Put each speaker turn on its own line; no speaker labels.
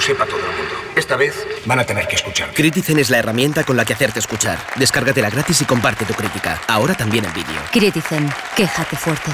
sepa todo el mundo. Esta vez van a tener que escuchar.
Criticen es la herramienta con la que hacerte escuchar. Descárgatela gratis y comparte tu crítica. Ahora también en vídeo.
Criticen, quéjate fuerte.